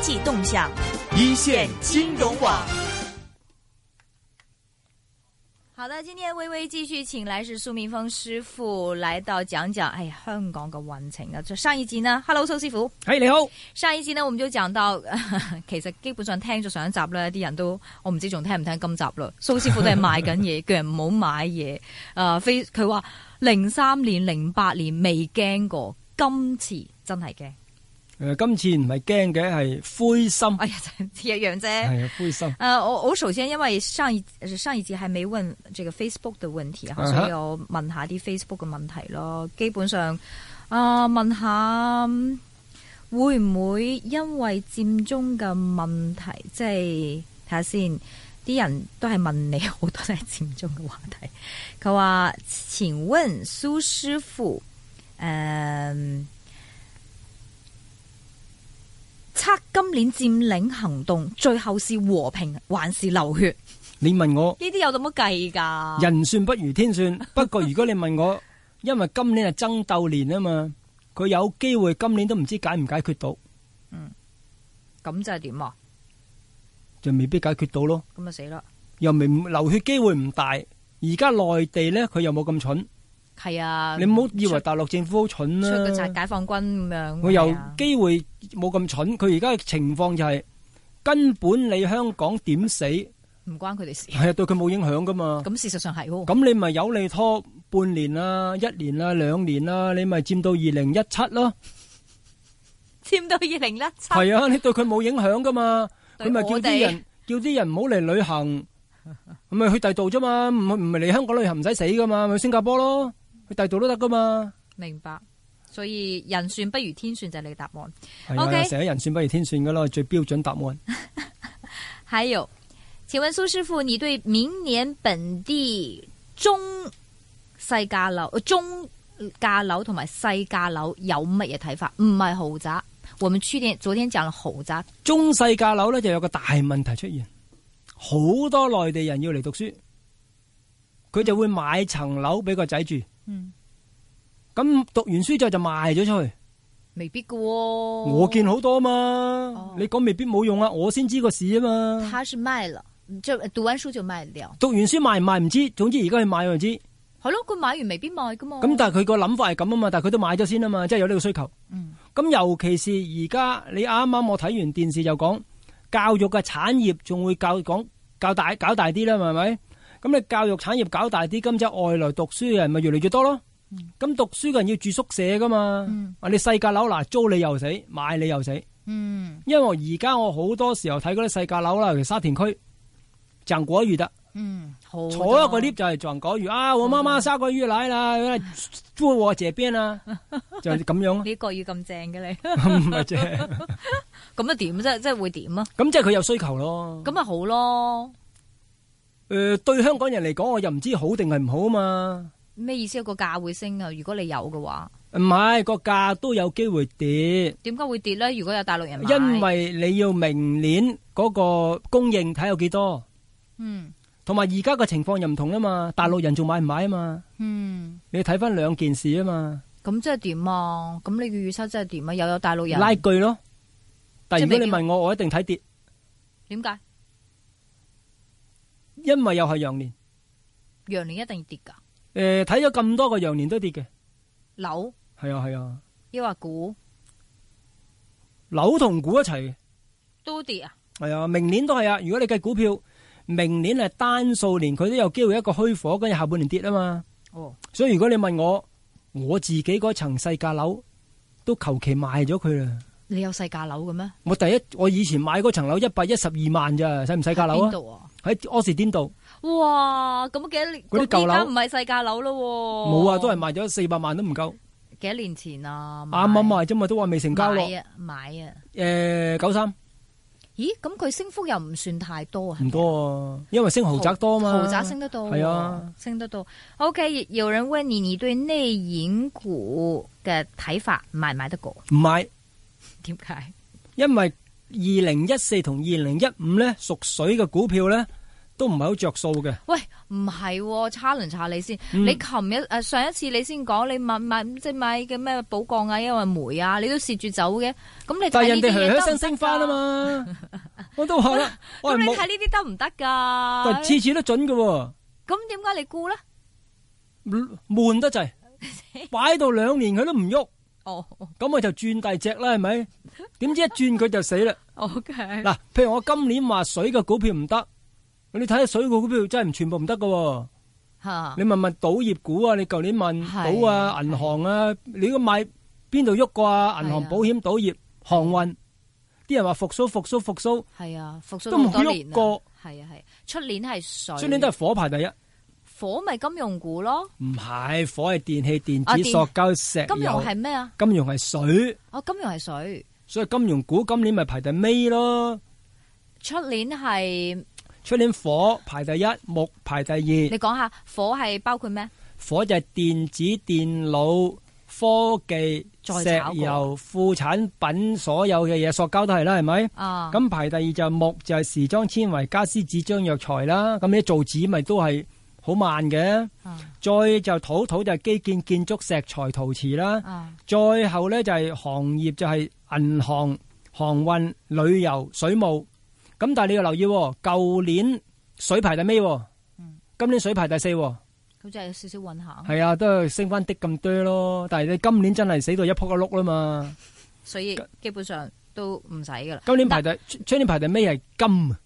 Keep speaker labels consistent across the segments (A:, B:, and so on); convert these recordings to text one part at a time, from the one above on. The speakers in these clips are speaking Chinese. A: 济动向，
B: 一线金融网。
A: 好的，今天微微继续请来是苏明峰师傅来到讲讲，哎呀，香港嘅運程啊！就上一集呢，Hello 蘇師傅，
C: 係、你好，
A: 上一集呢我們就講到， 其實基本上聽咗上一集呢啲人都我唔知仲聽唔聽今集啦。蘇師傅都係賣緊嘢，叫人唔好買嘢。誒、呃非佢話零三年、零八年未驚過，今次真係驚。
C: 诶、今次唔係驚嘅，係灰心，
A: 哎呀，真係一樣啫。
C: 係啊灰心。
A: 呃，我我首先因為上一呃上一集還沒問這個 Facebook 的問題哈，
C: 嗯哼
A: 所以我問下啲 Facebook 嘅問題咯。基本上啊、問下嗯會唔會因為佔中嘅問題，即係睇下先，啲人都係問你好多都係佔中嘅話題。佢話：請問蘇師傅，呃誒、測今年佔領行動最後是和平還是流血？
C: 你問我
A: 呢啲有冇計㗎？
C: 人算不如 天算，不過如果你問我，因為今年係爭鬥年啊嘛，佢有機會今年都唔知解唔解決到，
A: 咁就係點啊？
C: 就未必解決到咯。
A: 咁啊就死啦！
C: 又未流血機會唔大，而家內地呢，佢又冇咁蠢，
A: 係啊，
C: 你唔好以為
A: 出
C: 大陸政府好蠢
A: 出
C: 啦、
A: 個拆解放軍咁樣，
C: 佢有
A: 係啊
C: 機會冇咁蠢，佢而家嘅情況就係、根本你香港點死係
A: 唔關佢 哋事。
C: 啊對佢冇影響噶嘛。
A: 咁事實上係喎，
C: 咁你咪有你拖半年啦、一年啦、兩年啦，你咪佔到二零一七咯。
A: 佔到二零一七，
C: 係啊，你對佢冇影響噶嘛，
A: 對
C: 你咪叫
A: 我
C: 啲
A: 哋
C: 人叫啲人唔好嚟旅行，咪去第度啫嘛，唔唔係嚟香港旅行唔使死噶嘛，咪去新加坡咯，去第度都得噶嘛。
A: 明白。所以人算不如天算就係你嘅答案。
C: 係啊
A: OK
C: 成日人算不如天算噶啦，最標準答案。
A: 还有，请问苏师傅，你对明年本地中細價樓、呃中價樓同埋細價樓有乜嘢睇法？唔係豪宅，我們去年昨天講了豪宅，
C: 中細價樓咧就有個大問題出現，好多內地人要嚟讀書，佢就會買層樓俾個仔住，
A: 嗯，
C: 咁讀完書之後就賣咗出去。
A: 未必嘅、
C: 我見好多嘛，
A: 哦
C: 你講未必冇用啊，我先知個事啊嘛。
A: 他是賣了，就讀完書就賣掉，
C: 讀完書賣唔賣唔知，總之而家去買我就知。
A: 係咯，佢買完未必賣噶嘛。
C: 咁但係佢個諗法係咁啊嘛，但係佢都買咗先啊嘛，即係有呢個需求。
A: 嗯
C: 咁尤其是而家你啱啱我睇完電視就講教育嘅產業仲會教講教大搞大啲啦，係咪？咁你教育產業搞大啲，咁即係外來讀書嘅人咪越嚟越多咯。咁讀書嘅人要住宿舍噶嘛？
A: 嗯
C: 啊，你細價樓嗱租你又死，買你又死。
A: 嗯
C: 因為我而家我好多時候睇嗰啲細價樓啦，尤其沙田區，賺果魚得，
A: 嗯，好
C: 坐啊
A: 多
C: 一個 lift 就係賺果魚啊！我媽媽生個魚奶 啦，租我這邊啦，就係咁樣咯，
A: 你國語咁正嘅你，
C: 唔 係啫。
A: 咁啊點啫？即係會點啊？
C: 咁即係佢有需求咯。
A: 咁咪好咯。
C: 诶、對香港人嚟講，我又唔知好定係唔好啊嘛。
A: 咩意思啊？個價會升啊？如果你有嘅話，
C: 唔係個價都有機會跌，
A: 點解會跌咧？如果有大陸人買，
C: 因為你要明年嗰個供應睇有幾多，
A: 嗯
C: 同埋而家嘅情況又唔同啊嘛。大陸人仲買唔買啊嘛？
A: 嗯，
C: 你睇翻兩件事啊嘛，
A: 咁即係點啊？咁你嘅預測即係點啊？又有大陸人
C: 拉鋸咯。但
A: 即
C: 如
A: 係未
C: 果
A: 必
C: 你問我，我一定睇跌，
A: 點解
C: 因為又係羊年。
A: 羊年一定要跌㗎？
C: 诶、睇咗咁多個羊年都跌嘅，
A: 樓
C: 係啊係啊，
A: 抑或股
C: 樓同股一齊嘅。
A: 都跌啊？
C: 系啊，明年都系啊。如果你計股票，明年係單數年，佢都有機會一個虛火，跟住下半年跌啊嘛。
A: 哦，
C: 所以如果你問我，我自己嗰層細價樓都求其賣咗佢啦。
A: 你有細價樓嘅咩？
C: 我第一，我以前買嗰層樓一百一十二萬咋，使唔使價樓
A: 邊
C: 啊？
A: 度啊？
C: 喺柯士甸道，
A: 哇！咁幾多
C: 嗰啲
A: 年？
C: 舊樓
A: 而家唔係細價樓咯喎。
C: 冇啊，都係賣咗四百萬都唔夠，
A: 幾多年前啊？買
C: 啱啱賣啫嘛，都話未成交咯。
A: 買啊買啊！
C: 诶，九三
A: 咦？咁佢升幅又唔算太多啊？係咪
C: 唔
A: 啊
C: 多啊，因為升豪宅多嘛，
A: 豪宅升得到，
C: 係啊，
A: 升得到。OK，有人問你，你對內銀股嘅睇法買唔買得過？
C: 唔買，
A: 點解？
C: 因為二零一四同二零一五咧，屬水嘅股票咧，都唔係好着數嘅。
A: 喂，唔係喎，challenge 下你先。
C: 嗯
A: 你琴日誒上一次你先講你買買即係買嘅咩寶鋼啊，因為煤啊，你都蝕住走嘅。咁
C: 但係
A: 你睇
C: 人
A: 呢
C: 哋
A: 啲
C: 噓
A: 嘢
C: 噓
A: 得唔
C: 聲
A: 得
C: 升翻啊
A: 㗎？
C: 嘛，我都 話啦，我
A: 咁
C: 係
A: 你
C: 冇
A: 睇，呢啲得唔得㗎？
C: 但係次次都準嘅喎。
A: 咁點解你估咧？
C: 悶得滯， 擺到兩年佢都唔喐，
A: 哦
C: 咁我就轉第二隻啦，係咪？點知一轉佢就死啦。
A: ，OK，
C: 嗱，譬如我今年話水嘅股票唔得，你睇下水嘅股票真係唔全部唔得嘅喎。
A: 嚇
C: 你問問賭業股啊，你舊年問
A: 係
C: 賭啊、銀行啊，你都買邊度喐過啊？銀
A: 係
C: 行、
A: 啊
C: 保險、賭業、航運，啲人話復甦、復甦、復甦，
A: 係啊，復甦
C: 都冇
A: 好多年
C: 喐
A: 啦
C: 過。
A: 係啊係，出年係水，
C: 所以呢都係火排第一。
A: 火咪金融股咯。
C: 唔係火係電器、
A: 啊
C: 電
A: 電
C: 子、塑膠、石油。
A: 金融係咩啊？
C: 金融係水，
A: 哦，金融係水，
C: 所以金融股今年咪排第尾咯。
A: 出年
C: 嗯
A: 係
C: 出年火排第一，木排第二，
A: 你講下火係包括咩？
C: 火就係電子、電腦、科技、
A: 再炒
C: 石
A: 過
C: 油、副產品所有嘅嘢，塑膠都係啦，係咪？
A: 啊，
C: 咁排第二就係木就係時裝纖維、家私、紙張、藥材啦。咁你造紙咪都係好慢嘅。
A: 啊
C: 再就土土就係基建、建築、石材、陶瓷啦。
A: 啊
C: 再後呢，就係行業就係銀行、航運、旅遊、水務。咁但係你要留意喎，舊年水排第尾喎，今年水排第四喎，
A: 好似係有少少運行，
C: 係啊，都係升翻啲咁多咯。但係你今年真係死到一仆一碌啦嘛。
A: 所以基本上都唔使噶啦。
C: 今年排第，出年排第尾係金，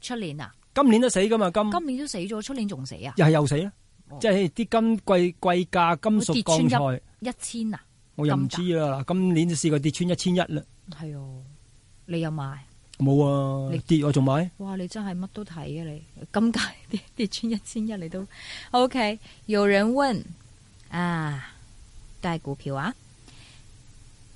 A: 出年啊，
C: 今年都死噶嘛金，
A: 今年都死咗，出年仲死啊？
C: 又係又死啦
A: 哦。
C: 即係啲金貴貴價金屬鋼
A: 跌穿
C: 材，
A: 一千啊，
C: 我又唔知啦。嗱今年就試過跌穿一千一啦，
A: 係哦，你又買？
C: 冇啊
A: 你
C: 跌我仲買。
A: 哇！你真係乜都睇啊你，咁解 跌跌穿一千一你都 OK。有人問啊，帶股票啊？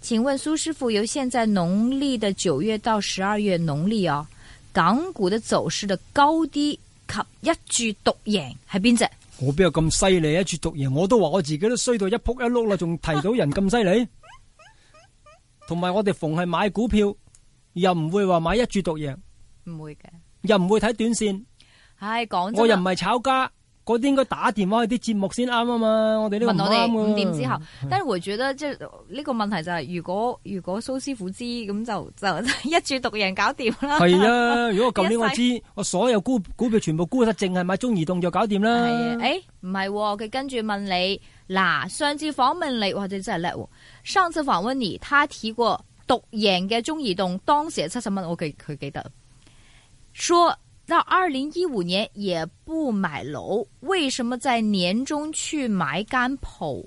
A: 請問蘇師傅，由現在農曆的九月到十二月農曆哦，港股的走勢的高低及一注獨贏係邊隻？
C: 我邊有咁犀利一注獨贏？我都話我自己都衰到一仆一碌啦，仲提到人咁犀利。同埋我哋逢係買股票，又唔會話買一注獨贏，
A: 唔會嘅，
C: 又唔會睇短線，
A: 唉，講真啊
C: 我又
A: 啦
C: 唔係炒家，嗰啲應該打電話去啲節目先啱啊嘛。我哋呢個唔
A: 問我哋
C: 啱啊
A: 五
C: 㗎
A: 點之後，但係我覺得即係呢個問題就係、如果如果蘇師傅知咁就就一注獨贏搞掂 啦。
C: 係啊，如果我舊年我
A: 一
C: 知，我所有股股票全部沽得，淨係買中移動就搞掂啦。
A: 係啊，誒唔係喎，佢跟住問你嗱，上次訪問你，哇，你真係叻喎！上次訪問你，他提過獨贏嘅中移動當時係七十蚊，我記佢記得，說到二零一五年也不買樓，為什麼在年中去買間鋪？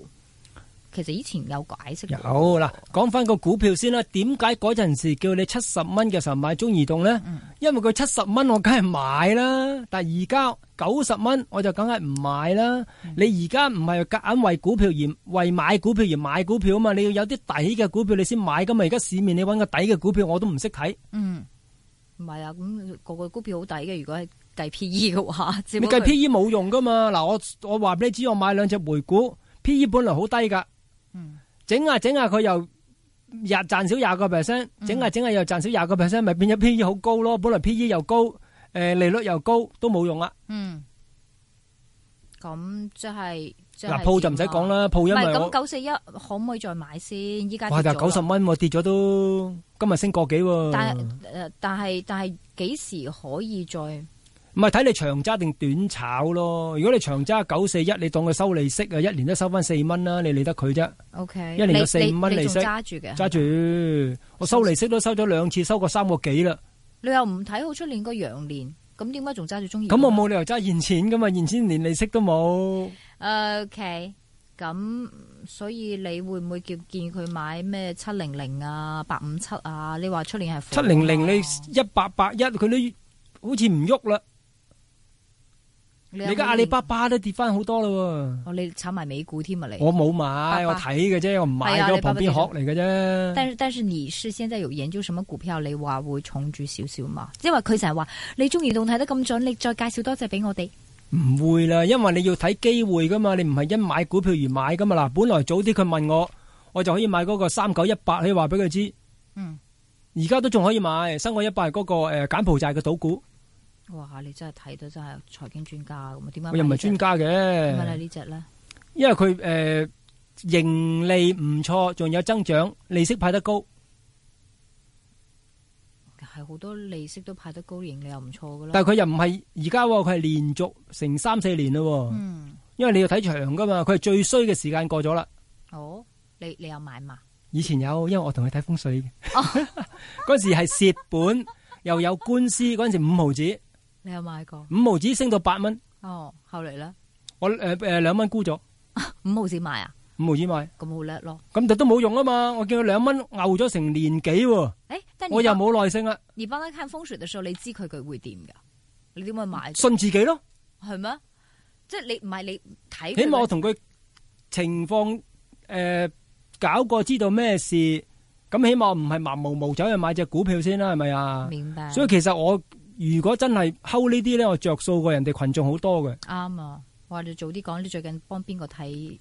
A: 其實以前有解釋
C: 有
A: 嘅，
C: 嗱，講翻個股票先啦。點解嗰陣時叫你七十蚊嘅時候買中移動呢？因為佢七十蚊，我梗係買啦。但係而家九十蚊，我就梗係唔買啦。你而家唔係夾硬為股票而為買股票而買股票啊嘛？你要有啲底嘅股票你先買噶嘛。而家市面你揾個底嘅股票我都唔識睇，
A: 嗯，唔係啊，咁個個股票好抵嘅，如果係計 P E 嘅話，只
C: 你
A: 不過
C: 計 P E 冇用噶嘛。嗱，我我話俾你知，我買兩隻回股，P E 本來好低噶，
A: 嗯
C: 整下整下佢又廿賺少廿個 percent，整下整下又賺少廿個 percent，咪變咗 P E 好高咯。本來 P E 又高，誒、利率又高，都冇用啊。
A: 嗯，咁即係即係
C: 嗱，鋪就唔使講啦，鋪
A: 點
C: 因
A: 啊。唔
C: 為
A: 係
C: 我
A: 咁，九四一可唔可以再買先？依家
C: 哇，
A: 跌
C: 但
A: 咗
C: 九十
A: 啦，
C: 蚊喎跌咗都，今日升個幾
A: 但
C: 喎。
A: 係誒，但係但係幾時可以再？
C: 唔係睇你長揸定短炒咯。如果你長揸九四一，你當佢收利息啊，一年都收翻四蚊啦，你理得佢啫，
A: O K，
C: 一年有四五蚊利息
A: 揸住嘅，
C: 揸住。我收利息都收咗兩次，收過三個幾啦。
A: 你又唔睇好出年個羊年，咁點解仲揸住中意？
C: 咁我冇理由揸現錢噶嘛，現錢連利息都冇。
A: O K，咁所以你會唔會叫建議佢買咩七零零啊、八五七啊？你話出年係
C: 七
A: 火
C: 零零
A: 啊
C: 你一八八一佢都好似唔喐啦，
A: 你
C: 你
A: 有
C: 而家
A: 冇
C: 阿里
A: 研
C: 巴巴都跌翻好多啦
A: 哦，你炒埋美股添啊你
C: 喎，。我冇買，
A: 巴
C: 我睇嘅啫，我唔買
A: 係啊
C: 嘅，
A: 你
C: 我旁邊殼嚟嘅啫。
A: 但是但是你是現在有研究什麼股票，你話會重注少少嘛？因為佢成日話你中移動睇得咁準，你再介紹多隻俾我哋。
C: 唔會啦，因為你要睇機會噶嘛，你唔係因買股票而買噶嘛。嗱，本來早啲佢問我，我就可以買嗰個三九一八，可以話俾佢知。
A: 嗯，
C: 而家都仲可以買，新過一八係嗰個誒柬埔寨嘅賭股，
A: 哇！你真係睇到真係財經專家咁啊？點解
C: 我又唔係專家
A: 家？點解
C: 嘅
A: 咧，呢只咧？
C: 因為佢诶、呃盈利唔錯，仲有增長，利息派得高，
A: 係好多利息都派得高，盈利又唔錯噶啦。
C: 但系佢又唔係而家喎，佢係連續成三四年咯喎，
A: 嗯，
C: 因為你要睇長噶嘛，佢係最衰嘅時間過咗啦。
A: 哦，你你有買嘛？
C: 以前有，因為我同佢睇風水嘅， 嗰陣時係蝕本，又有官司，嗰陣時五毫子，
A: 你有買過？
C: 五毫子升到八蚊，
A: 哦，後嚟咧
C: 我诶诶两蚊沽咗，
A: 五毫子買啊，
C: 五毫子買，
A: 咁好叻咯。
C: 咁但都冇用啊嘛，我見佢兩蚊牛咗成年幾喎，
A: 誒、但你
C: 我又
A: 幫
C: 冇耐性啦，
A: 你幫佢看風水嘅時候，你知佢佢會點㗎？你點會買？
C: 信自己咯。
A: 係咩？即係你唔係你睇
C: 起
A: 佢
C: 碼我
A: 嗰，
C: 同佢情況诶、呃搞過，知道咩事，咁起碼唔係盲無無走去買只股票先啦，係咪啊？
A: 明白。
C: 所以其實我如果真係睺呢啲咧，我着數過人哋群眾好多嘅。
A: 啱啊！我哋早啲講，你最近幫邊個睇？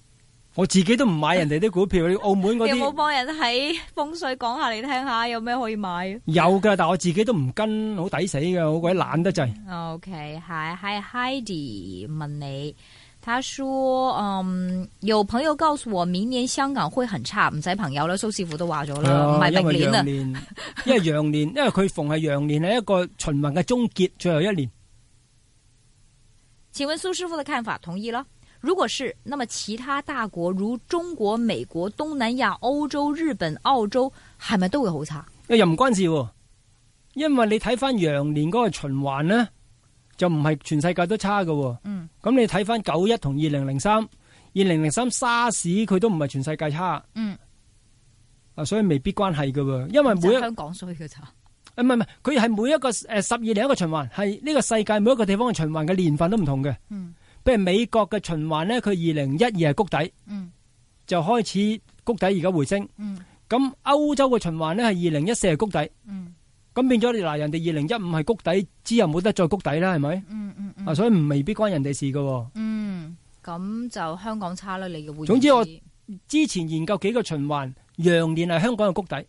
C: 我自己都唔買人哋啲股 票，澳門嗰
A: 你有冇
C: 啲
A: 幫人睇風水講下嚟聽下，有咩可以買？
C: 有噶，但我自己都唔跟，好抵死嘅，好鬼懶得滯。
A: OK，还还 Heidi 问哦你，他说：嗯，有朋友告诉我，明年香港會很差，唔使朋友啦，蘇師傅都話咗
C: 係
A: 啦，唔
C: 啊，
A: 係
C: 因
A: 明
C: 為
A: 年
C: 羊
A: 啊，
C: 年，因為羊年，因為佢逢係羊年係一個循環嘅終結，最後一年。
A: 请问苏师傅的看法，同意了？如果是，那么其他大國如中國、美國、東南亞、歐洲、日本、澳洲，係咪都會好差？
C: 又哎唔關事喎，因為你睇翻羊年嗰個循環呢，就唔係全世界都差嘅喎。
A: 嗯，
C: 咁你睇翻九一同二零零三，二零零三沙士佢都唔係全世界差。
A: 嗯，
C: 啊，所以未必關係嘅喎，因為
A: 就
C: 每一
A: 香港衰嘅咋？
C: 唔係唔係，佢係每一個誒十二年一個循環，係呢個世界每一個地方嘅循環嘅年份都唔同嘅。
A: 嗯
C: 譬如美國嘅循環呢，佢二零一二係谷底，
A: 嗯
C: 就開始谷底而家回升。
A: 嗯
C: 咁歐洲嘅循環呢，係二零一四係谷底。
A: 嗯
C: 咁變咗你嗱，人哋二零一五係谷底之後冇得再谷底啦，係咪？
A: 嗯嗯
C: 啊，所以唔未必關人哋事噶。
A: 嗯，咁就香港差啦，你嘅會。
C: 總之我之前研究幾個循環，羊年係香港嘅谷底，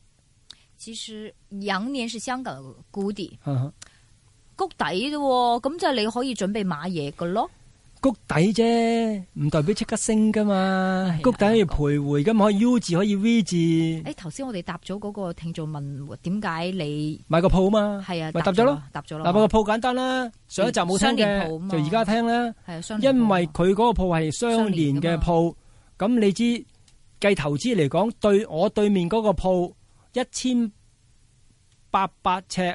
A: 其實羊年是香港嘅谷底。
C: 哈哈
A: 谷底啫喎，咁就你可以準備買嘢噶咯。
C: 谷底啫，唔代表即刻升噶嘛
A: 係。
C: 谷底要徘徊，咁可以 U 字，可以 V 字，
A: 誒頭先我哋答咗嗰個聽眾問點解你
C: 買個鋪嘛。
A: 係啊
C: 咪答咗咯，
A: 答咗咯，
C: 嗱，不過鋪簡單啦，上一集冇聽
A: 雙連鋪啊
C: 嘅，
A: 嘛
C: 就而家聽啦。
A: 係啊，相連
C: 因為
A: 報啊
C: 佢嗰個鋪係相連嘅鋪，咁你知計投資嚟講，對我對面嗰個鋪一千八百尺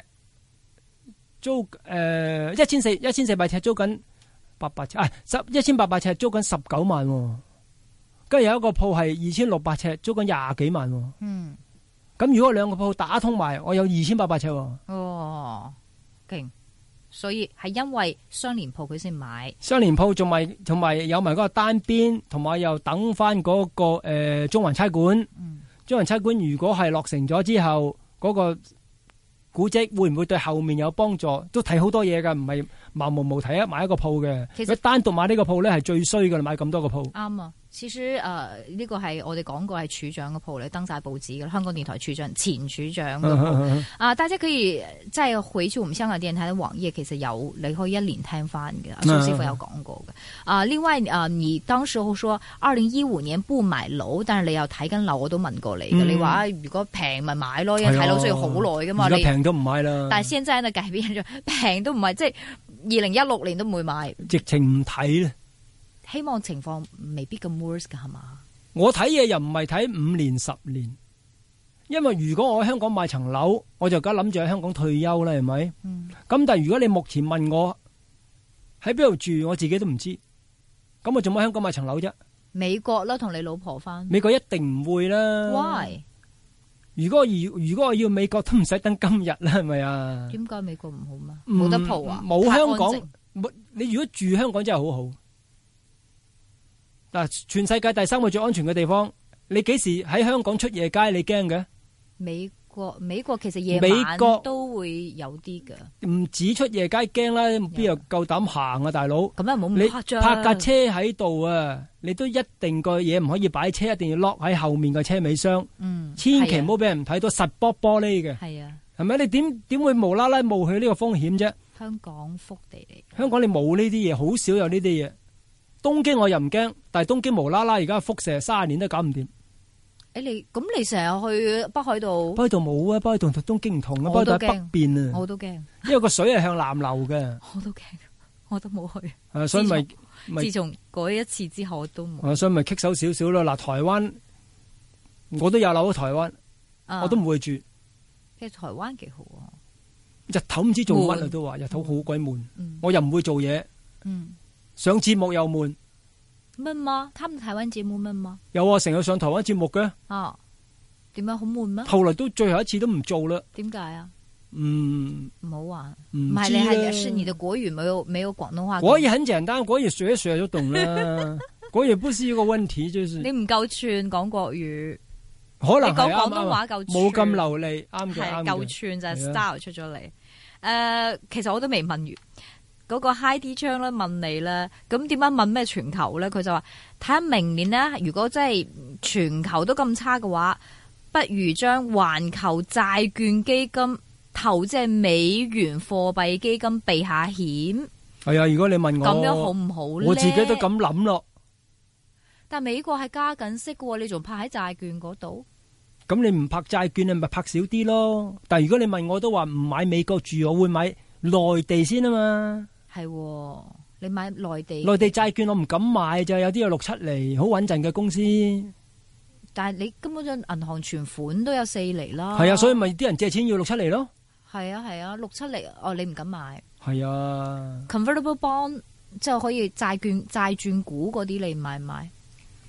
C: 租诶一千四一千四百尺租緊八百尺啊十一千八百尺租緊十九萬喎，跟住有一個鋪係二千六百尺租緊廿幾萬喎。
A: 嗯
C: 咁如果兩個鋪打通埋，我有二千八百尺喎，
A: 哦勁，所以係因為相連鋪佢先買，
C: 相連鋪仲埋同埋有埋嗰個單邊，同埋又等翻嗰、個、呃、中環差館。
A: 嗯
C: 中環差館如果係落成咗之後，嗰、個古蹟會唔會對後面有幫助？都睇好多嘢㗎，唔係盲無無睇一買一個鋪嘅。
A: 其實
C: 如果單獨買呢個鋪咧，係最衰㗎啦，買咁多個鋪。
A: 啱啊。其實誒呢個係我哋講過係處長嘅鋪嚟，登晒報紙嘅香港電台處長前處長嘅 鋪。啊，大家可以再回去我們香港電台的網頁，其實有你可以一連聽翻嘅，蘇
C: 嗯
A: 師傅有講過嘅。啊，另外啊，你當時候說二零一五年不買樓，但係你又睇緊樓，我都問過你嘅。
C: 嗯
A: 你話啊如果平咪買咯，因
C: 係啊
A: 為睇樓需要好耐噶嘛。
C: 而家
A: 你
C: 平都啊唔買啦，
A: 但係現在呢改變咗， 平都唔係即係二零一六年都唔會買，
C: 直情唔睇啦。
A: 希望情況未必咁 worse 㗎係嘛？
C: 我睇嘢又唔係睇五年十年，因為如果我喺香港買層樓，我就梗諗住喺香港退休啦，係咪？咁
A: 嗯
C: 但係如果你目前問我喺邊度住，我自己都唔知。咁我做乜喺香港買層樓啫？
A: 美國啦，同你老婆翻
C: 美國一定唔會啦。
A: ，why？
C: 如果如如果我要美國都唔使等今日啦，係咪啊？
A: 點解美國唔好嘛？
C: 嗯
A: 冇得蒲啊？
C: 冇
A: 太安
C: 香港
A: 靜
C: 冇你如果住香港真係好好。嗱，全世界第三個最安全嘅地方，你幾時喺香港出夜街你驚嘅？
A: 美國美國其實夜
C: 美國
A: 晚都會有啲嘅，
C: 唔止出夜街驚啦，邊有夠膽行啊，大佬！
A: 咁又冇
C: 你
A: 咁
C: 泊
A: 誇張。
C: 架車喺度啊，你都一定個嘢唔可以擺車，一定要 lock 喺後面個車尾箱，
A: 嗯，
C: 千祈唔好俾人睇到實玻玻璃嘅，
A: 係啊。係啊，
C: 係咪？你點點會無啦啦冒起呢個風險啫？
A: 香港福地嚟。
C: 香港你冇呢啲嘢，好少有呢啲嘢。東京我又唔驚，但係東京無啦啦而家輻射卅年都搞唔掂。
A: 誒你咁你成日去北海道，
C: 北海道冇啊，北海道同東京唔同啊，北
A: 我
C: 海
A: 都
C: 道喺北邊啊，
A: 我都驚，
C: 因為個水係向南流嘅
A: 我都驚， 我都冇去。
C: 啊，所以咪咪
A: 自從嗰一次之後，我都冇。
C: 啊，所以咪棘手少少咯。嗱，台灣我都有樓喺台灣，
A: 啊
C: 我都唔會住。
A: 其實台灣幾好啊，
C: 日頭唔知做乜啊，
A: 悶
C: 都話日頭好鬼悶，
A: 嗯
C: 我又唔會做嘢，
A: 嗯，
C: 上節目又悶。
A: 悶嗎？他們台灣節目悶嗎？
C: 有啊，成日上台灣節目嘅，
A: 啊，點樣好悶咩？
C: 後來都最後一次都唔做啦。
A: 點解啊？
C: 嗯，
A: 唔好玩，
C: 唔
A: 唔係
C: 知啊
A: 你
C: 啦
A: 係是你的國語沒有沒有廣東話咁，
C: 國語很簡單，國語學一學就懂啦。國語不是一個問題，就是
A: 你唔夠串講國語，
C: 嗯可
A: 你
C: 能係
A: 講廣
C: 啱
A: 東
C: 啱啊
A: 話夠串
C: 冇咁流利，啱嘅
A: 係
C: 啱
A: 夠
C: 嘅。
A: 串就係
C: 係啊
A: style 出咗嚟。誒、其實我都未問完嗰、個 High D 張咧問你咧，咁點解問咩全球咧？佢就話睇下明年咧，如果真係全球都咁差嘅話，不如將環球債券基金投即係美元貨幣基金避下險，
C: 係啊，如果你問
A: 咁樣好
C: 我，
A: 唔好咧？
C: 我自己都。咁諗咯。
A: 但美國係加緊息嘅喎，你仲拍喺債券嗰度？
C: 咁你唔拍債券，你咪拍少啲咯。但係如果你問我都話唔買美國住，我會買內地先啊嘛。
A: 係喎，你買內地，
C: 內地債券我唔敢買就有啲有六七厘，好穩陣嘅公司。係
A: 但係你根本上銀行存款都有四厘啦。
C: 啊，所以咪啲人借錢要六七厘咯。
A: 係啊係啊，六七厘哦，你唔敢買
C: 係啊，
A: convertible bond，即係可以債券債轉股嗰啲，你唔買唔買？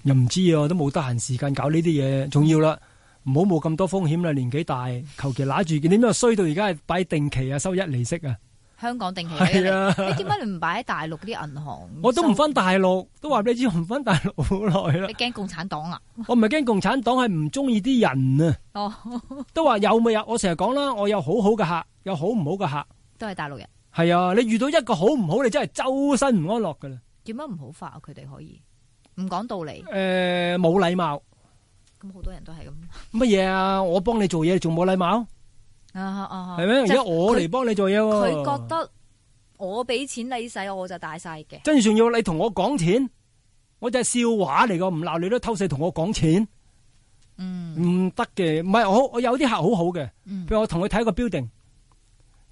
C: 又唔知啊，都冇得閒時間搞呢啲嘢。仲要啦，唔好冇咁多風險啦。年紀大，求其揦住件，點解衰到而家係擺定期啊，收一厘息啊？
A: 香港定期俾你
C: 係啊，
A: 你點解你唔擺喺大陸啲銀行？
C: 我都唔
A: 收，
C: 翻大陸，都話俾你知，我唔翻大陸好耐啦
A: 你。驚共產黨啊？
C: 我唔係驚共產黨，係唔中意啲人啊。
A: 哦，
C: 都話有咪有？啊我成日講啦，我有好好嘅客，有好唔好嘅客。
A: 都係大陸人，
C: 係啊，你遇到一個好唔好，你真係周身唔安樂噶啦。
A: 點解唔好發啊？佢哋可以唔講道理，
C: 诶、冇禮貌
A: 咁好多人都係咁
C: 乜嘢啊？我幫你做嘢，你仲冇禮貌
A: 啊啊啊！
C: 係咩？而
A: 即係
C: 家我嚟幫你做嘢喎、
A: 佢覺得我俾錢你使，我就大晒嘅。
C: 真係仲要你同我講錢，我就係笑話嚟噶，唔鬧你都偷死同我講錢，
A: 嗯
C: 唔得嘅。唔係我我有啲客好好嘅，
A: 嗯
C: 譬如我同佢睇個 building，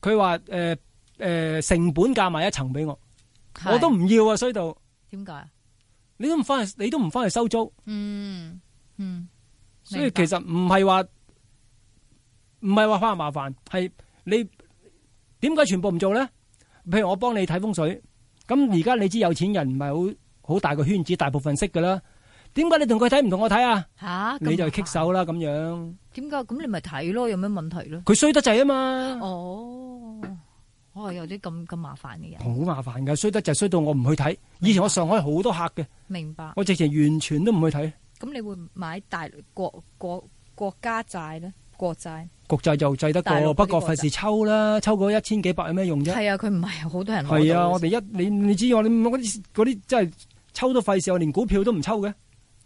C: 佢話诶诶成本價埋一層俾我，我都
A: 係
C: 唔要啊，衰到
A: 點
C: 啊
A: 解？
C: 你都唔翻去，你都唔翻去收租。
A: 嗯嗯，
C: 所以
A: 明白
C: 其實唔係話唔係話怕麻煩，係你點解全部唔做咧？譬如我幫你睇風水，咁而家你知有錢人唔係好好大個圈子，大部分識噶啦。點解你同佢睇唔同我睇啊？
A: 吓
C: 你就
A: 咁
C: 棘
A: 麻煩
C: 手啦咁樣，
A: 點解？咁你咪睇咯，有咩問題咯？
C: 佢衰得滯啊嘛，
A: 哦，哦，有啲咁咁麻煩嘅
C: 好
A: 人，
C: 麻煩㗎，衰得滯衰到我唔去睇。以前我上海好多客嘅，
A: 明白。
C: 我直情完全都唔去睇。
A: 咁你會買大國國國家債咧？國債
C: 國際就制得
A: 大陸
C: 過，
A: 嗰啲
C: 不過費事抽啦，抽嗰一千幾百有咩用啫？
A: 係啊，佢唔係好多人攞
C: 係啊，
A: 到
C: 我哋一你你知我哋嗰啲嗰啲真係抽都費事，我連股票都唔抽嘅。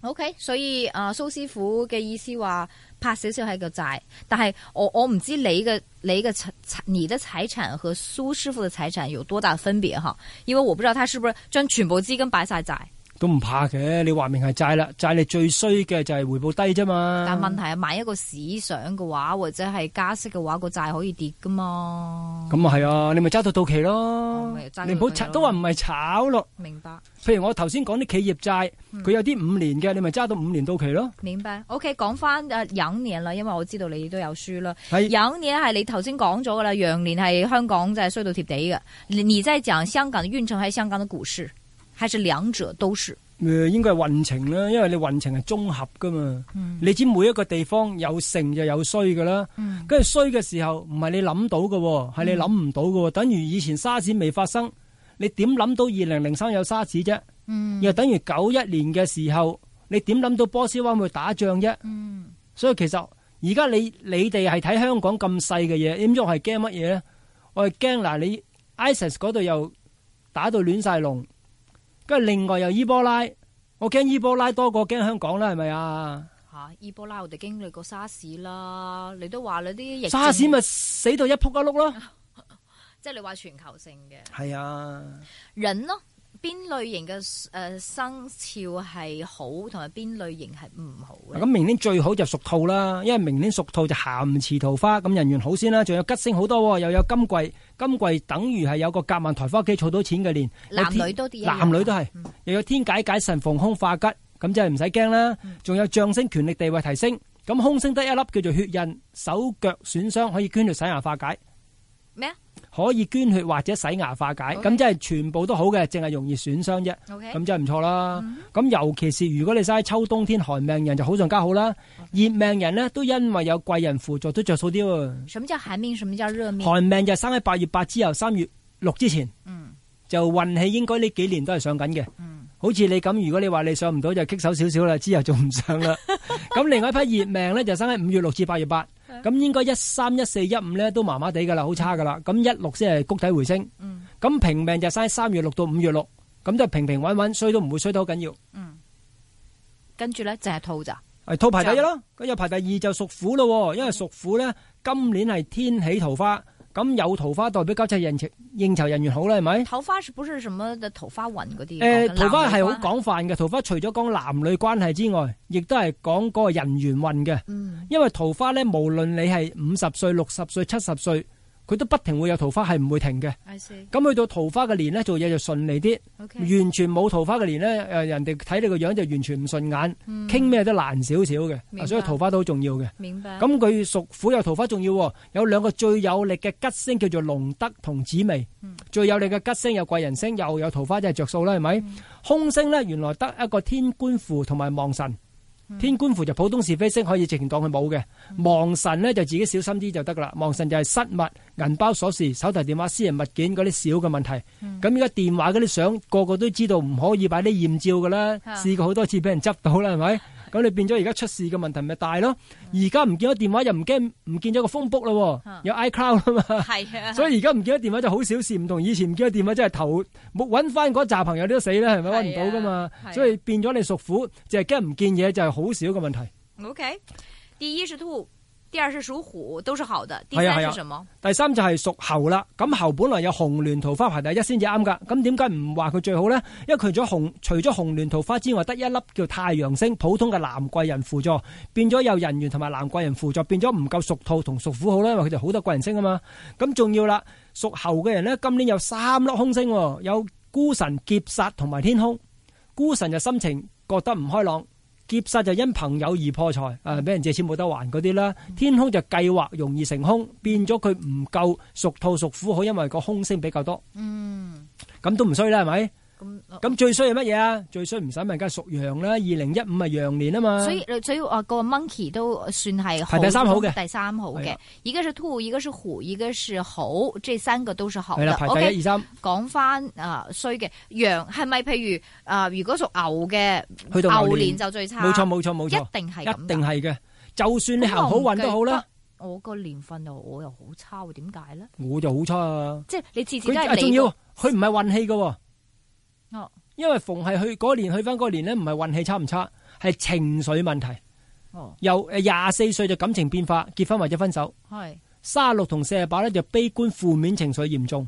A: OK，所以啊，蘇師傅嘅意思話拍少少係個債，但係我我唔知你嘅你嘅財財你的財產和蘇師傅嘅財產有多大分別哈？因為我不知道他是不是將全部資金擺晒債，
C: 都唔怕嘅，你話明係債啦，債你最衰嘅就係回報低啫嘛。
A: 但問題係萬一個市上嘅話，或者係加息嘅話，個債可以跌噶嘛？
C: 咁啊係啊，你咪揸到到期
A: 我
C: 咯
A: 咪揸到到期咯。
C: 你唔好炒，都話唔係炒咯。
A: 明白。
C: 譬如我頭先講啲企業債，
A: 嗯
C: 佢有啲五年嘅，你咪揸到五年到期咯。
A: 明白，OK，講翻誒羊年啦，因為我知道你都有書啦。
C: 係
A: 羊年係你頭先講咗噶啦，羊年係香港真係衰到貼地嘅。你你在講香港嘅運程，係香港嘅股市，還是兩者都是？
C: 誒呃應該係運程啦，因為你運程係綜合噶嘛。
A: 嗯
C: 你知每一個地方有盛就有衰噶啦。
A: 嗯
C: 跟住衰嘅時候，唔係你諗到嘅喎，係你諗唔到嘅喎。等於以前沙士未發生，你點諗到二零零三有沙士啫？
A: 嗯
C: 又等於九一年嘅時候，你點諗到波斯灣會打仗啫？
A: 嗯
C: 所以其實而家你你哋係睇香港咁細嘅嘢，點知我係驚乜嘢咧？我係驚嗱，你 ISIS 嗰度又打到亂晒龍，跟住另外又伊波拉，我驚伊波拉多過驚香港啦，係咪啊？
A: 嚇、伊波拉我哋經歷過沙士啦，你都話你啲疫症
C: 沙士咪死到一仆一碌咯，
A: 即係你話全球性嘅
C: 係啊，
A: 人咯。邊類型嘅誒、呃生肖係好，同埋邊類型係唔好
C: 嗱
A: 咧
C: 咁？明年最好就屬兔啦，因為明年屬兔就咸池桃花，咁人緣好先啦，仲有吉星好多喎，又有金櫃，金櫃等於係有個夾萬台花機儲到錢嘅年，有
A: 男
C: 天
A: 女都啲一樣啊，
C: 男女都係
A: 嗯，
C: 又有天解解神逢空化吉，咁即係唔使驚啦
A: 嗯。
C: 仲有象星權力地位提升，咁空星得一粒叫做血印，手腳損傷可以捐血洗牙化解。
A: 咩啊
C: 可以捐血或者洗牙化解，
A: OK
C: 咁即係全部都好嘅，淨係容易損傷啫，
A: ？OK，Ừ.
C: 咁啊真係唔錯啦。
A: 嗯
C: 咁尤其是如果你嘥秋冬天寒命人就好上加好啦，熱命人呢都因為有貴人輔助都着數啲喎。
A: 什麼叫寒命？什麼叫熱命？
C: 寒命就生喺八月八之後三月六之前，
A: 嗯
C: 就運氣應該呢幾年都係上緊嘅。
A: 嗯，
C: 好似你咁，如果你話你上唔到就棘手少少啦，之後就唔上啦。咁另外一批熱命咧就生喺五月六至八月八，咁應該一三一四一五咧都麻麻地噶啦，好差噶啦。咁一六先係谷底回升，
A: 嗯
C: 咁平命就生喺三月六到五月六，咁就平平穩穩，衰都唔會衰得好緊要。
A: 嗯，跟住咧淨係兔咋？
C: 係兔排第一咯，咁又排第二就屬虎咯喎，因為屬虎咧今年係天喜桃花，咁有桃花代表交際人情應酬人緣好啦，係咪？
A: 桃花是不是什麼嘅桃花運嗰啲？
C: 誒、桃花呃
A: 講緊男女
C: 係好
A: 關係，
C: 廣泛嘅，桃花除咗講男女關係之外，亦都係講嗰個人緣運嘅。
A: 嗯
C: 因為桃花咧，無論你係五十歲、六十歲、七十歲，佢都不停會有桃花，係唔會停嘅。
A: ，I see，OK，、
C: 咁去到桃花嘅年咧，做嘢就順利啲。完全冇桃花嘅年咧，誒人哋睇你個樣就完全唔順眼，
A: 嗯
C: 傾咩都難少少嘅。啊
A: 明白
C: 所以桃花都好重要嘅。
A: 明白。
C: 咁佢屬虎有桃花重要喎，有兩個最有力嘅吉星叫做龍德同紫薇
A: 嗯。
C: 最有力嘅吉星有貴人星，又有桃花，即係着數啦，係咪
A: 嗯？
C: 空星咧原來得一個天官符同埋望神。
A: 嗯
C: 天官符就普通是非星可以直情當佢冇嘅，望神咧就自己小心啲就得噶啦。望神就係失物、銀包、鎖匙、手提電話、私人物件嗰啲小嘅問題。
A: 嗯
C: 咁而家電話嗰啲相個個都知道唔可以擺啲豔照噶啦，
A: 啊
C: 試過好多次俾人執到啦，係咪？咁你變咗而家出事嘅問題咪大咯？
A: 嗯
C: 而家唔見咗電話又唔驚唔見咗個 phone book 咯
A: 啊
C: 喎，有 iCloud 啦嘛。
A: 係啊，
C: 所
A: 以
C: 以而家唔見咗電話就好小事，唔同以前唔見咗電話真係頭冇揾翻嗰扎朋友都死啦，係咪
A: 係啊
C: 揾唔到噶嘛
A: 係啊？
C: 所以變咗你屬虎，就係驚唔見嘢就係好少嘅問題。
A: OK，第一是兔，第二是屬虎，都是好的。第
C: 係啊
A: 三
C: 係啊
A: 是什麼？
C: 第三就係屬猴啦，咁猴本來有紅鸞桃花排第一先至啱噶，咁點解唔話佢最好呢？因為佢除咗紅除咗紅鸞桃花之外，得一粒叫太陽星，普通嘅男貴人輔助，變咗有人緣同埋男貴人輔助，變咗唔夠屬兔同屬虎好啦，因為佢哋好多貴人星啊嘛。咁仲要啦，屬猴嘅人呢，今年有三粒空星喎，有孤神、劫煞同埋天空。孤神就心情覺得唔開朗，劫煞就因朋友而破財，啊俾人借錢冇得還嗰啲啦。天空就計劃容易成空，變咗佢唔夠屬兔屬虎好，因為個空星比較多，
A: 嗯，
C: 咁都唔衰啦，係咪？
A: 咁
C: 咁最衰係乜嘢啊？最衰唔使問，梗係屬羊啦。二零一五係羊年啊嘛。
A: 所以所以啊，個 monkey 都算係
C: 排第三好嘅
A: 第三好
C: 係
A: 嘅
C: 啊。
A: 一個是兔，一個是虎，一個是猴，這三個都是好
C: 係啦，
A: 的。
C: 排
A: OK，
C: 第一二三，
A: 講翻啊衰嘅羊係咪？譬如啊、如果屬牛嘅
C: 去到
A: 牛
C: 牛
A: 年
C: 年，
A: 就最差，
C: 冇錯冇錯冇錯，
A: 一定係咁
C: 一
A: 㗎
C: 定。係嘅。就算你行好運都好啦，
A: 咁我唔記得。我個年份又我又好差喎，點解咧？
C: 我就好差啊。
A: 即係你次次都
C: 佢啊
A: 係
C: 仲
A: 你
C: 要
A: 個
C: 佢唔係運氣嘅喎。
A: 哦，
C: 因為逢係去嗰年去翻嗰年咧，唔係運氣差唔差，係情緒問題。
A: 哦，
C: 由誒廿四歲就感情變化，結婚或者分手；
A: 係
C: 三十六同四十八咧就悲觀負面情緒嚴重；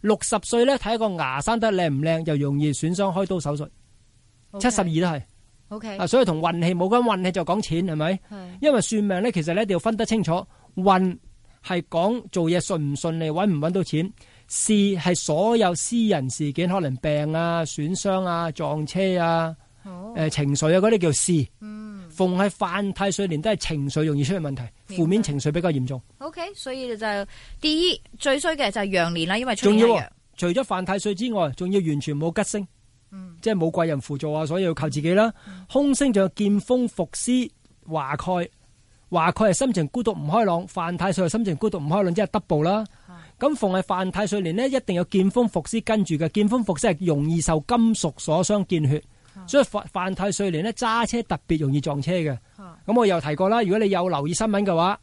C: 六十歲咧睇一個牙生得靚唔靚，就容易損傷開刀手術。七十二都係
A: OK，
C: 啊，所以同運氣冇關，運氣就講錢係咪？
A: 係
C: 因為算命咧，其實咧一定要分得清楚，運係講做嘢順唔順利，揾唔揾到錢；事係所有私人事件，可能病啊、損傷啊、撞車啊。
A: 好
C: 誒、情緒啊嗰啲叫事，
A: 嗯
C: 逢係犯太歲年都係情緒容易出現問題，
A: 明白
C: 負面情緒比較嚴重。
A: OK，所以就第一最衰嘅就係羊年啦，因為出
C: 仲要
A: 年係
C: 喎
A: 羊，
C: 除咗犯太歲之外，仲要完全冇吉星，
A: 嗯
C: 即係冇貴人輔助啊，所以要靠自己啦。空星仲有劍鋒、伏屍、華蓋，華蓋係心情孤獨唔開朗，犯太歲係心情孤獨唔開朗，即係 double 啦
A: 啊。
C: 咁逢係犯太歲年呢，一定有劍鋒伏屍跟住嘅，劍鋒伏屍係容易受金屬所傷見血，所以犯犯太歲年呢，揸車特別容易撞車嘅。
A: 啊
C: 咁我又提過啦，如果你有留意新聞嘅話，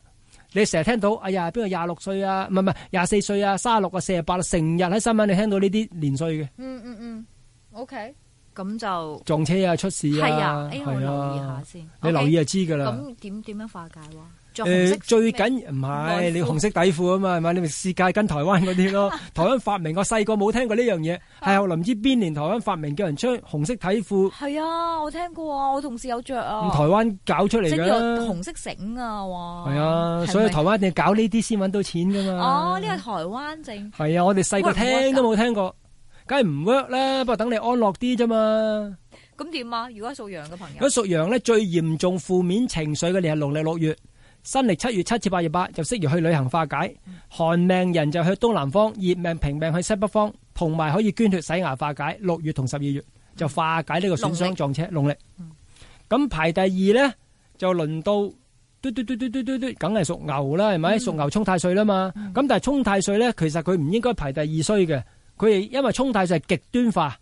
C: 你成日聽到哎呀邊個廿六歲啊，唔係唔係廿四歲啊，三十六啊，四十八啊，成日喺新聞你聽到呢啲年歲嘅
A: 嗯嗯嗯，OK，咁就
C: 撞車啊、出事
A: 係啊
C: 啊，，
A: 哎呀，我留意下先，
C: 你留意就知噶啦。
A: 咁點點樣化解喎？着紅
C: 诶、
A: 色
C: 最
A: 咩
C: 緊唔係
A: 內褲
C: 你紅色底褲啊嘛，係咪？你咪世界跟台灣嗰啲 咯。台灣發明，我細個冇聽過呢樣嘢，
A: 啊
C: 係後來唔知邊年台灣發明叫人出紅色底褲，
A: 係啊，我聽過啊，我同事有着啊
C: 咁。台灣搞出嚟
A: 即係叫
C: 㗎。
A: 紅色繩啊，哇！
C: 係啊，
A: 係
C: 所以
A: 咪
C: 台灣一定要搞呢啲先揾到錢㗎嘛。
A: 哦，呢個台灣整
C: 係啊，我哋細個
A: work 唔 work
C: 聽都冇聽過，梗係唔 work 啦。不過等你安樂啲啫嘛。
A: 咁點啊？如果係屬羊嘅朋
C: 如
A: 友
C: 果，屬羊咧，最嚴重負面情緒嘅年係農曆六月，新歷七月七至八月八就適宜去旅行化解。寒命人就去東南方，熱命平命去西北方，同埋可以捐血洗牙化解。六月同十二月就化解呢個損傷撞車農曆。咁排第二咧就輪到。嘟嘟嘟嘟嘟嘟嘟，梗係屬牛啦，係咪？屬牛沖太歲啦嘛。咁但係沖太歲咧，其實佢唔應該排第二衰嘅，佢係因為沖太歲係極端化，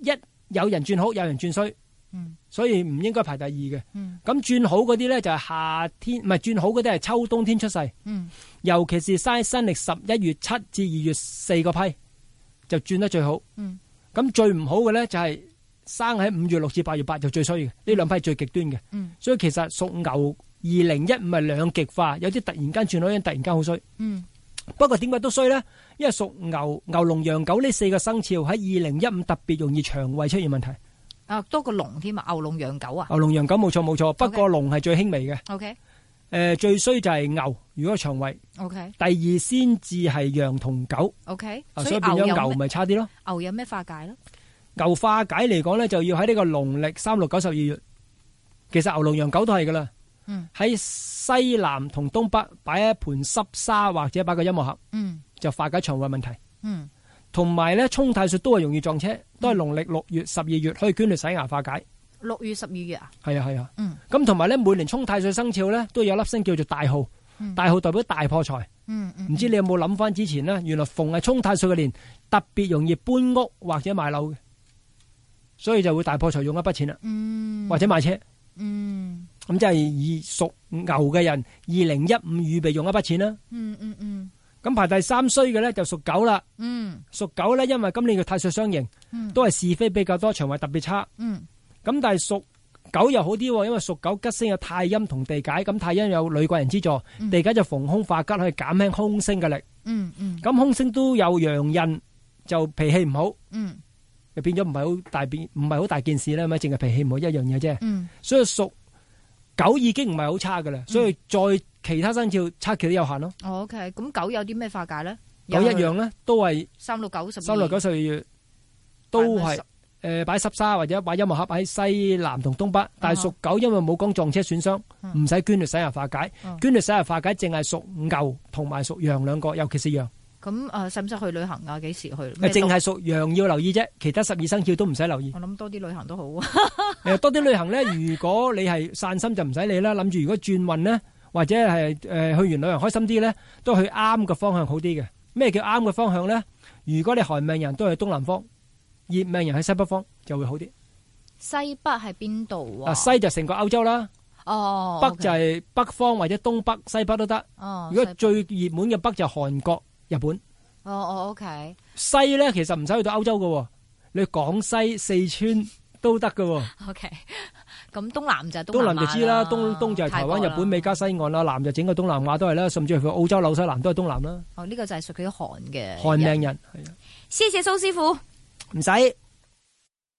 C: 一有人轉好，有人轉衰
A: 嗯，
C: 所以唔應該排第二嘅。
A: 嗯
C: 咁轉好嗰啲咧就係夏天，唔係轉好嗰啲係秋冬天出世。
A: 嗯，
C: 尤其是嘥新歷十一月七至二月四個批，就轉得最好。
A: 嗯，
C: 咁最唔好嘅咧就係生喺五月六至八月八就最衰嘅，呢兩批最極端嘅。
A: 嗯，
C: 所以其實屬牛二零一五係兩極化，有啲突然間轉好，有啲突然間好衰。
A: 嗯，
C: 不過點解都衰呢？因為屬牛、牛龍、羊狗呢四個生肖喺二零一五特別容易腸胃出現問題。
A: 啊多個龍添啊，牛龍羊狗啊
C: 牛龍、羊狗冇錯冇錯，不過龍係最輕微嘅。誒、
A: ，OK
C: 呃最衰就係牛，如果係腸胃，
A: OK
C: 第二先至係羊同狗，
A: OK，
C: 啊
A: 所
C: 所
A: 以
C: 以變
A: 牛
C: 咗
A: 有
C: 牛
A: 咩
C: 咪差啲咯。
A: 牛有咩化解咯？
C: 牛化解嚟講咧，就要喺呢個農曆三六九十二月。其實牛、龍、羊、狗都係噶啦。
A: 嗯，
C: 喺西南同東北擺一盤濕沙或者擺個音樂盒，
A: 嗯
C: 就化解腸胃問題。
A: 嗯
C: 同埋咧，沖太歲都係容易撞車，都係農曆六月、十二月可以捐血洗牙化解。
A: 六月十二月啊，
C: 係啊係啊。
A: 嗯
C: 咁同埋咧，每年沖太歲生肖咧都有粒星叫做大號，
A: 嗯
C: 大號代表大破財。
A: 嗯嗯
C: 唔知你有冇諗翻之前呢？原來逢係沖太歲嘅年，特別容易搬屋或者買樓嘅，所以就會大破財用一筆錢啦，
A: 嗯
C: 或者買車。
A: 嗯
C: 咁即係以屬牛嘅人，二零一五預備用一筆錢啦。
A: 嗯嗯嗯
C: 咁排第三衰嘅咧就屬狗啦，
A: 嗯
C: 屬狗咧因為今年嘅太歲相刑，
A: 嗯
C: 都係是非比較多，腸胃特別差。
A: 嗯
C: 咁但係屬狗又好啲喎，因為屬狗吉星有太陰同地解，咁太陰有女貴人之助，
A: 嗯
C: 地解就逢凶化吉，可以減輕空星嘅力。
A: 嗯嗯
C: 咁空星都有陽印，就脾氣唔好，
A: 嗯
C: 就變咗唔係好大變，唔係好大件事啦，係咪？淨係脾氣唔好一樣嘢啫。
A: 嗯
C: 所以屬狗已經唔係好差噶啦，所以再其他生肖差距都有限咯。
A: ，OK，咁狗有啲咩化解咧？
C: 狗一樣咧，都係
A: 三六九十二
C: 三六九十二月都係。誒擺濕沙或者擺音樂盒喺西南同東北，但係屬狗因為冇講撞車損傷，
A: 嗯
C: 唔使捐血洗牙化解
A: 嗯。
C: 捐血洗牙化解淨係屬牛同埋屬羊兩個，尤其是羊，
A: 咁誒，使唔使去旅行啊？幾時去？
C: 誒淨係屬羊要留意啫，其他十二生肖都唔使留意。
A: 我諗多啲旅行都好啊。
C: 誒多啲旅行 咧，如果你係散心就唔使理啦，諗住如果轉運咧，或者係誒呃去完旅行開心啲咧，都去啱嘅方向好啲嘅。咩叫啱嘅方向咧？如果你寒命人都去東南方，熱命人去西北方就會好啲。
A: 西北係邊度啊？
C: 嗱西就成個歐洲啦。
A: 哦，
C: 北就係北方或者東北、西北都得。
A: 哦，
C: 如果
A: 西
C: 最熱門嘅北就韓國、日本。
A: 哦哦，OK，
C: 西咧其實唔使去到歐洲嘅喎，你廣西、四川都得嘅喎。
A: OK，咁東南就係
C: 東南就知啦，
A: 亞
C: 東東就係台
A: 泰
C: 灣、
A: 國
C: 日
A: 啦
C: 本、美加西岸啦，南就整個東南亞都係啦，甚至乎澳洲、紐西蘭都係東南啦。
A: 哦，呢個就係屬於韓嘅
C: 韓
A: 人。
C: 命人係啊，
A: 謝謝蘇師傅。
C: 唔使。